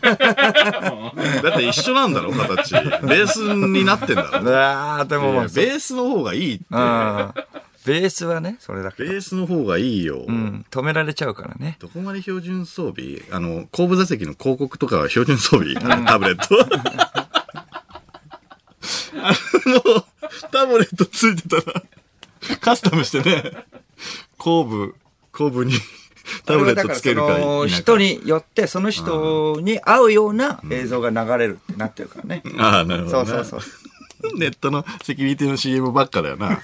Speaker 1: て一緒なんだろ、形。ベースになってんだろ。
Speaker 2: うわーでも
Speaker 1: い
Speaker 2: ま
Speaker 1: や
Speaker 2: あ、
Speaker 1: ベースの方がいいって。
Speaker 2: あーベースはね、それだけ
Speaker 1: ベ
Speaker 2: ど。
Speaker 1: ースの方がいいよ。
Speaker 2: うん、止められちゃうからね。
Speaker 1: どこまで標準装備あの、後部座席の広告とかは標準装備、あの [LAUGHS] タブレット。あの、タブレットついてたら、カスタムしてね、 [LAUGHS] 後部、後部にタブレットつけるか
Speaker 2: あれはだからその
Speaker 1: ら
Speaker 2: 人。によって、その人に合うような映像が流れるってなってるからね。
Speaker 1: ああ、なるほど、
Speaker 2: そう
Speaker 1: ね。
Speaker 2: そうそう。
Speaker 1: ネットのセキュリティの CM ばっかだよ [LAUGHS] な。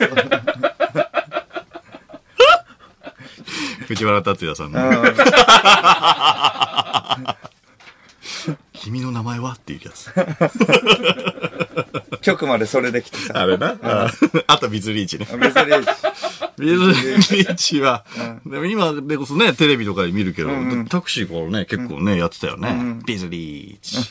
Speaker 1: 藤原達也さんの。君の名前はっていうやつ。
Speaker 2: 局までそれできてさ。
Speaker 1: あれな。ああと、ビズリーチね。
Speaker 2: 珍しい。
Speaker 1: ビズリーチは、でも今でこそね、テレビとかで見るけど、タクシーからね、結構ね、やってたよね。ビズリーチ。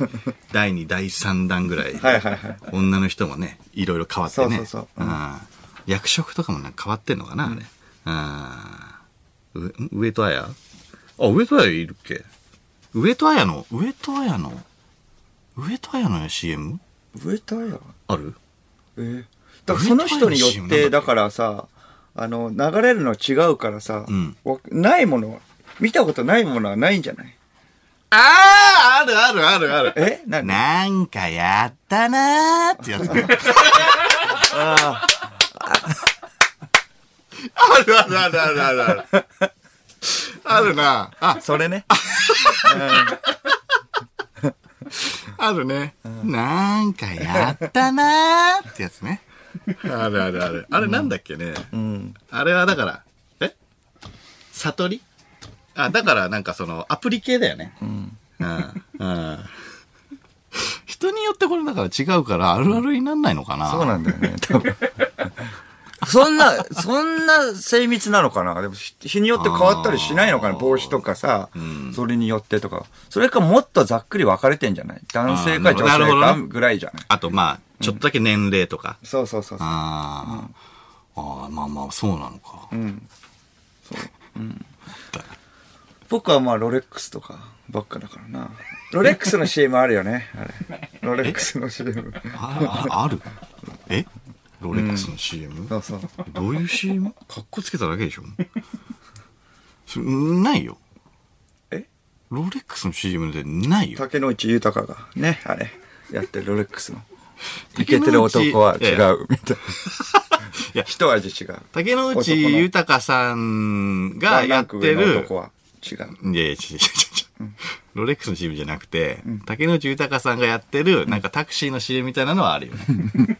Speaker 1: 第2、第3弾ぐらい。
Speaker 2: はいはいはい。
Speaker 1: 女の人もね、いろいろ変わってね。
Speaker 2: そうそうそううん
Speaker 1: ああ役職とかもなんか変わってんのかな、あれ。ああう上戸彩あ、上戸彩いるっけ上戸彩の、上戸彩の、上戸彩の CM?
Speaker 2: 上田や。
Speaker 1: ある
Speaker 2: えーだからその人によ
Speaker 1: 上
Speaker 2: っ、
Speaker 1: 田やの CM なんだってけ
Speaker 2: だからさ、あの、流れるの違うからさ、
Speaker 1: ん
Speaker 2: わないもの、見たことないものはないんじゃない
Speaker 1: あああるあるあるある。
Speaker 2: え
Speaker 1: [LAUGHS]
Speaker 2: 何
Speaker 1: なんかやったなーって [LAUGHS] やつ。あ [LAUGHS] るあるあるあるあるある。あるな。あ、
Speaker 2: それね。
Speaker 1: あるね。なんかやったなーってやつね。 [LAUGHS] あるあるある。あれなんだっけね。
Speaker 2: うん。
Speaker 1: あれはだから、え悟りあ、だからなんかその、アプリ系だよね。うん。うん。 [LAUGHS] 人によってこれだから違うから、あるあるになんないのかな
Speaker 2: そうなんだよね、
Speaker 1: [LAUGHS]
Speaker 2: 多分。そんな、そんな精密なのかなでも日日によって変わったりしないのかな帽子とかさ、それによってとか。それかもっとざっくり分かれてんじゃない男性か
Speaker 1: あー
Speaker 2: 女
Speaker 1: なるほ
Speaker 2: 性
Speaker 1: どなるほ
Speaker 2: か
Speaker 1: どね
Speaker 2: ぐらいじゃない
Speaker 1: あとまあ、ちょっとだけ年齢とか。
Speaker 2: そうそうそうそう。
Speaker 1: ああ、ああ、まあまあ、そうなのか。
Speaker 2: うん。そう。うん。僕はまあ、ロレックスとかばっかだからな。ロレックスの CM あるよね、あ
Speaker 1: [LAUGHS]
Speaker 2: れ。ロレックスの CM。
Speaker 1: あああるえロレックスの CM?、
Speaker 2: そうそう。
Speaker 1: どういう CM? かっこつけただけでしょそないよ。
Speaker 2: え
Speaker 1: ロレックスの CM でないよ。
Speaker 2: 竹野内豊がね、あれ、やってるロレックスの。イケてる男は違う、みた
Speaker 1: [LAUGHS] い
Speaker 2: い
Speaker 1: や
Speaker 2: な。一味違う。
Speaker 1: 竹野内豊さんがやって
Speaker 2: ワンランク上の
Speaker 1: る
Speaker 2: 男。は違う。
Speaker 1: いやいや、ちょちょちょちょ。ロレックスの CM じゃなくて、竹野内豊さんがやってる、なんかタクシーの CM みたいなのはあるよ
Speaker 2: [LAUGHS]
Speaker 1: ね。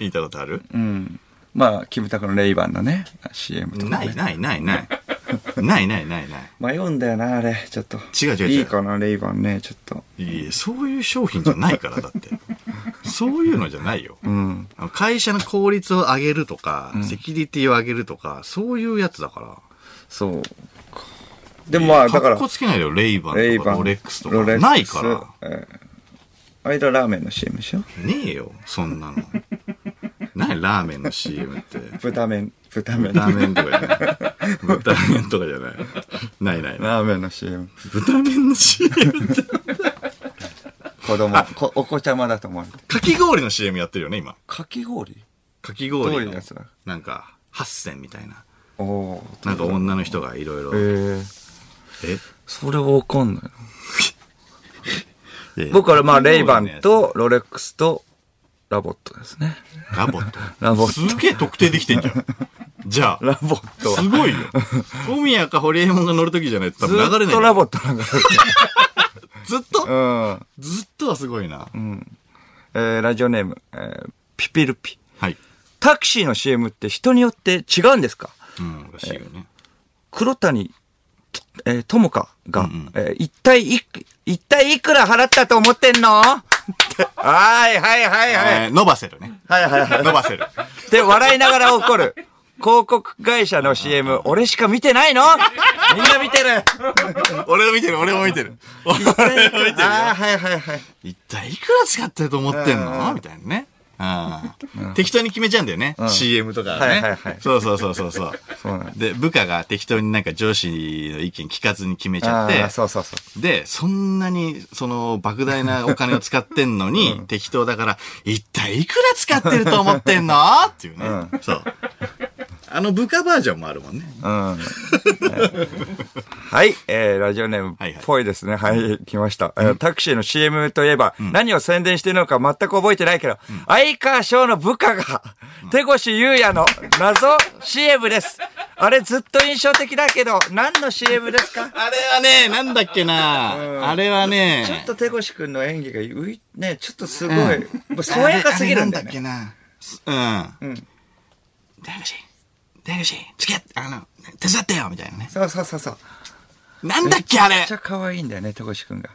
Speaker 1: 聞いたことある
Speaker 2: うん。まあ、キムタクのレイバンのね、CM とか、ね。
Speaker 1: ないないないない。ないないないない。
Speaker 2: 迷うんだよな、あれ。ちょっと。
Speaker 1: 違う違う違う
Speaker 2: いいかな、レイバンね、ちょっと。
Speaker 1: いや、そういう商品じゃないから、だって。そういうのじゃないよ。
Speaker 2: うん。
Speaker 1: あの会社の効率を上げるとか、セキュリティを上げるとか、そういうやつだから。
Speaker 2: そうか。でもまあ、だか
Speaker 1: からっ、こつけないよ、レイバン
Speaker 2: レイ
Speaker 1: とか
Speaker 2: バン。
Speaker 1: ロレックスと
Speaker 2: ロレ
Speaker 1: か。
Speaker 2: ックス
Speaker 1: ないから。。
Speaker 2: ええ間ラーメンの CM でしょ
Speaker 1: ねえよ、そんなの。ないラーメンの CM って。
Speaker 2: 豚麺、豚麺。
Speaker 1: ラーメンとかじゃない。豚麺とかじゃない。ないないない。
Speaker 2: ラーメンの CM。
Speaker 1: 豚麺の CM って。[LAUGHS]
Speaker 2: 子供、こお子ちゃまだと思われて。
Speaker 1: かき氷の CM やってるよね、今。
Speaker 2: かき氷
Speaker 1: かき
Speaker 2: どう
Speaker 1: 氷
Speaker 2: いう
Speaker 1: の
Speaker 2: やつだ
Speaker 1: なんか、八選みたいな。
Speaker 2: おおー。
Speaker 1: なんか女の人がいろいろ。え
Speaker 2: ええそれはわかんないな。
Speaker 1: え
Speaker 2: 僕はまあ、レイバン、とロレックスとラボットですね。
Speaker 1: ラボット。
Speaker 2: ラボッ
Speaker 1: すげえ特定できてんじゃ [LAUGHS] ん。じゃあ、
Speaker 2: ラボットは
Speaker 1: すごいよ。小宮か堀江門が乗るときじゃないと多分流れな
Speaker 2: ずっ
Speaker 1: い
Speaker 2: と
Speaker 1: よ。
Speaker 2: ラボットなんだけ
Speaker 1: ずっと
Speaker 2: ど。うん。
Speaker 1: ずっとはすごいな。
Speaker 2: えー、ラジオネーム、えー、ピピルピ。
Speaker 1: はい。
Speaker 2: タクシーの CM って人によって違うんですか
Speaker 1: うん、らしいよね。
Speaker 2: 黒谷、とえー、友香が、
Speaker 1: んうん
Speaker 2: えー一体いく、一体いくら払ったと思って
Speaker 1: [LAUGHS]
Speaker 2: んのってはいはいはいはい。
Speaker 1: えー伸ばせるね。
Speaker 2: はいはいはい。
Speaker 1: 伸ばせる。
Speaker 2: で、笑いながら怒る。広告会社の CM、俺しか見てないのみんな見てる。
Speaker 1: [LAUGHS] 俺を見てる、俺も見てる。俺を [LAUGHS] 見てるよ。
Speaker 2: ああ、はいはいはい。
Speaker 1: [LAUGHS] 一体いくら使ってると思ってんのみたいなね。ああ適当に決めちゃうんだよね。CM とかはね。
Speaker 2: はいはいはい
Speaker 1: そうそうそうそうそう。
Speaker 2: そうなんだ
Speaker 1: で、部下が適当になんか上司の意見聞かずに決めちゃっ
Speaker 2: あ
Speaker 1: て
Speaker 2: ー、そうそうそう。
Speaker 1: で、そんなに、その、莫大なお金を使ってんの [LAUGHS] に、適当だから、一体いくら使ってると思ってんのっていうね。そう。あの、部下バージョンもあるもんね。
Speaker 2: うん。はい、えー、ラジオネーム
Speaker 1: はいはい
Speaker 2: っぽいですね。はい、来ました。えータクシーの CM といえば、何を宣伝しているのか全く覚えてないけど、相川翔の部下が、手越優也の謎 CM です。あれずっと印象的だけど、何の CM ですか
Speaker 1: あれはね、なんだっけな。あれはね。
Speaker 2: ちょっと手越くんの演技が浮い、ね、ちょっとすごい、
Speaker 1: うん
Speaker 2: もう爽やかすぎるんだよ
Speaker 1: あれ
Speaker 2: ね。
Speaker 1: なんだっけな。うん。大学生、大学生、付き合って、あの、手伝ってよみたいなね。
Speaker 2: そうそうそうそう。
Speaker 1: なんだっけあ
Speaker 2: め
Speaker 1: れ
Speaker 2: っちゃ可愛いんだよね、手越くんが。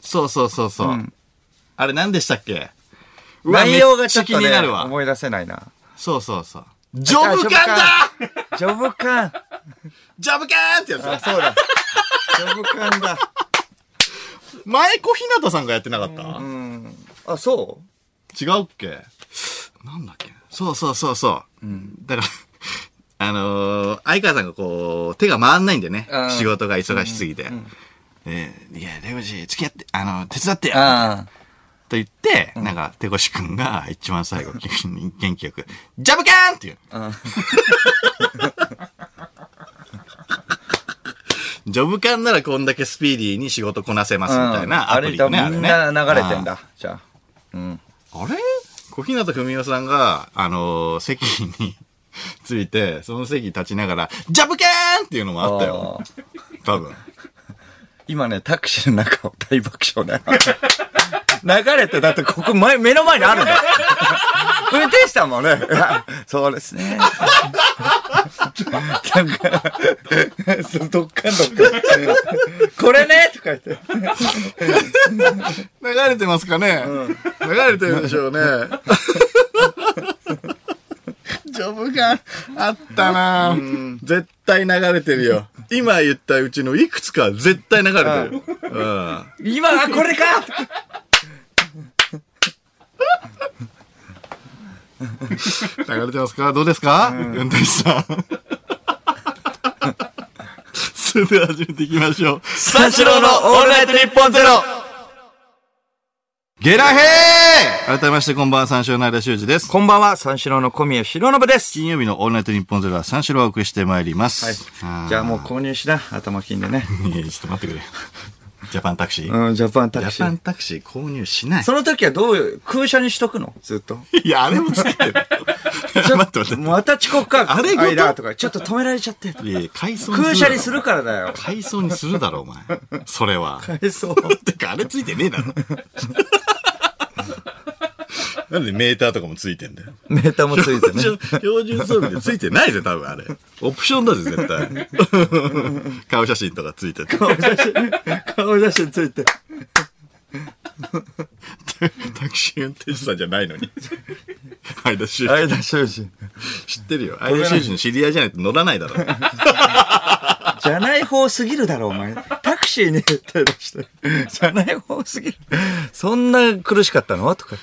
Speaker 1: そうそうそうそう。あれ何でしたっけうわ
Speaker 2: 内容がちょっと
Speaker 1: め
Speaker 2: ね
Speaker 1: ちゃ気になる、わ。
Speaker 2: 思い出せないな。
Speaker 1: そうそうそう。ジョブカンだ
Speaker 2: ジョブカン
Speaker 1: ジョブカンってやつ
Speaker 2: あ、そうだ。ジョブカンだ。
Speaker 1: 前小日向さんがやってなかった、
Speaker 2: うん。あ、そ
Speaker 1: 違うっけなんだっけそうそうそうそう。だから、 [LAUGHS] あのー、相川さんがこう、手が回んないんでね
Speaker 2: あー。
Speaker 1: 仕事が忙しすぎて。えいや、出口、付き合って、あの、手伝ってよ
Speaker 2: うあ
Speaker 1: と言って、なんか、手越くんが一番最後、君に元気よく、ジャブカーンって言うの。 [LAUGHS] ジョブカンならこんだけスピーディーに仕事こなせますみたいな
Speaker 2: あ
Speaker 1: アプ
Speaker 2: れ
Speaker 1: リ
Speaker 2: だ、
Speaker 1: よ
Speaker 2: み
Speaker 1: ね、あれ
Speaker 2: ん
Speaker 1: ね。
Speaker 2: な流れてんだ。じゃあ。
Speaker 1: あれ小日向文世さんが、あのー席について、その席に立ちながら、ジャブケーンっていうのもあったよ。
Speaker 2: あー
Speaker 1: 多分。
Speaker 2: 今ね、タクシーの中を大爆笑だよ。流れて、だってここ前、目の前にあるんだよ。運転手さんもね、いやそうですね。なんか、そうどっかんどっかん。これねとか言って。
Speaker 1: 流れてますかね、流れてるでしょうね。 [LAUGHS] ジョブ感あったな絶対流れてるよ。今言ったうちのいくつか絶対流れてる。うん。
Speaker 2: 今はこれか
Speaker 1: 流れてますかどうですか、運転手さん。 [LAUGHS] それでは始めていきましょう。三四郎のオールナイトニッポンゼロゲラヘー改めましてこんばんは、三四郎の間修二です。
Speaker 2: こんばんは、三四郎の小宮浩信です。
Speaker 1: 金曜日のオールナイトニッポンゼロは三四郎をお送りしてまいります。
Speaker 2: はい。じゃあもう購入しな、頭金でね。
Speaker 1: [LAUGHS] いやちょっと待ってくれ。 [LAUGHS] ジャパンタクシー、
Speaker 2: うん、ジャパンタ
Speaker 1: ジ
Speaker 2: クシ
Speaker 1: ャパ
Speaker 2: ー
Speaker 1: ン。タクシー購入しない。
Speaker 2: その時はどういう、空車にしとくのずっと。
Speaker 1: いや、あれもつけてる。
Speaker 2: ちょっ
Speaker 1: 待って待って
Speaker 2: と、また遅刻か。
Speaker 1: あれごと
Speaker 2: 間とか、ちょっと止められちゃって。
Speaker 1: いやいや、回想に
Speaker 2: 空車にす
Speaker 1: る
Speaker 2: るからだよ
Speaker 1: だろ。。回想にするだろ、お前。それは。
Speaker 2: え、そう。
Speaker 1: てか、あれついてねえだろ。 [LAUGHS] なんでメーターとかもついてんだよ。
Speaker 2: [LAUGHS] メーターもついて
Speaker 1: 標準標準装備でついてないぜ、多分あれ。オプションだぜ、絶対。 [LAUGHS] 顔写真とかついてて。
Speaker 2: ね。 [LAUGHS] 顔写真ついて。
Speaker 1: タクシー運転手さんじゃないのに。相田修
Speaker 2: あ
Speaker 1: 二
Speaker 2: れだ、修士。
Speaker 1: 知ってるよ。相田修二の知り合いじゃないと乗らないだろ。 [LAUGHS]
Speaker 2: じゃない方すぎるだろ、お前。タクシーに手出して。じゃない方すぎる。そんな苦しかったのとか。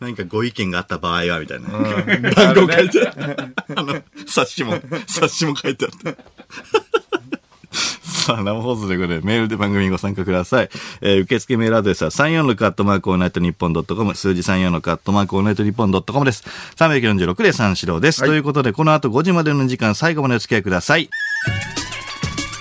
Speaker 1: 何かご意見があった場合は、みたいな。番号書いてあった。あの、冊子も、冊子も書いてあった。 [LAUGHS] さあ、生放送ということで、メールで番組にご参加ください。えー受付メールアドレスは34のカットマークオールナイトニッポンドットコム、数字34のカットマークオールナイトニッポンドットコムです。346で三四郎です。ということで、この後5時までの時間、最後までお付き合いください。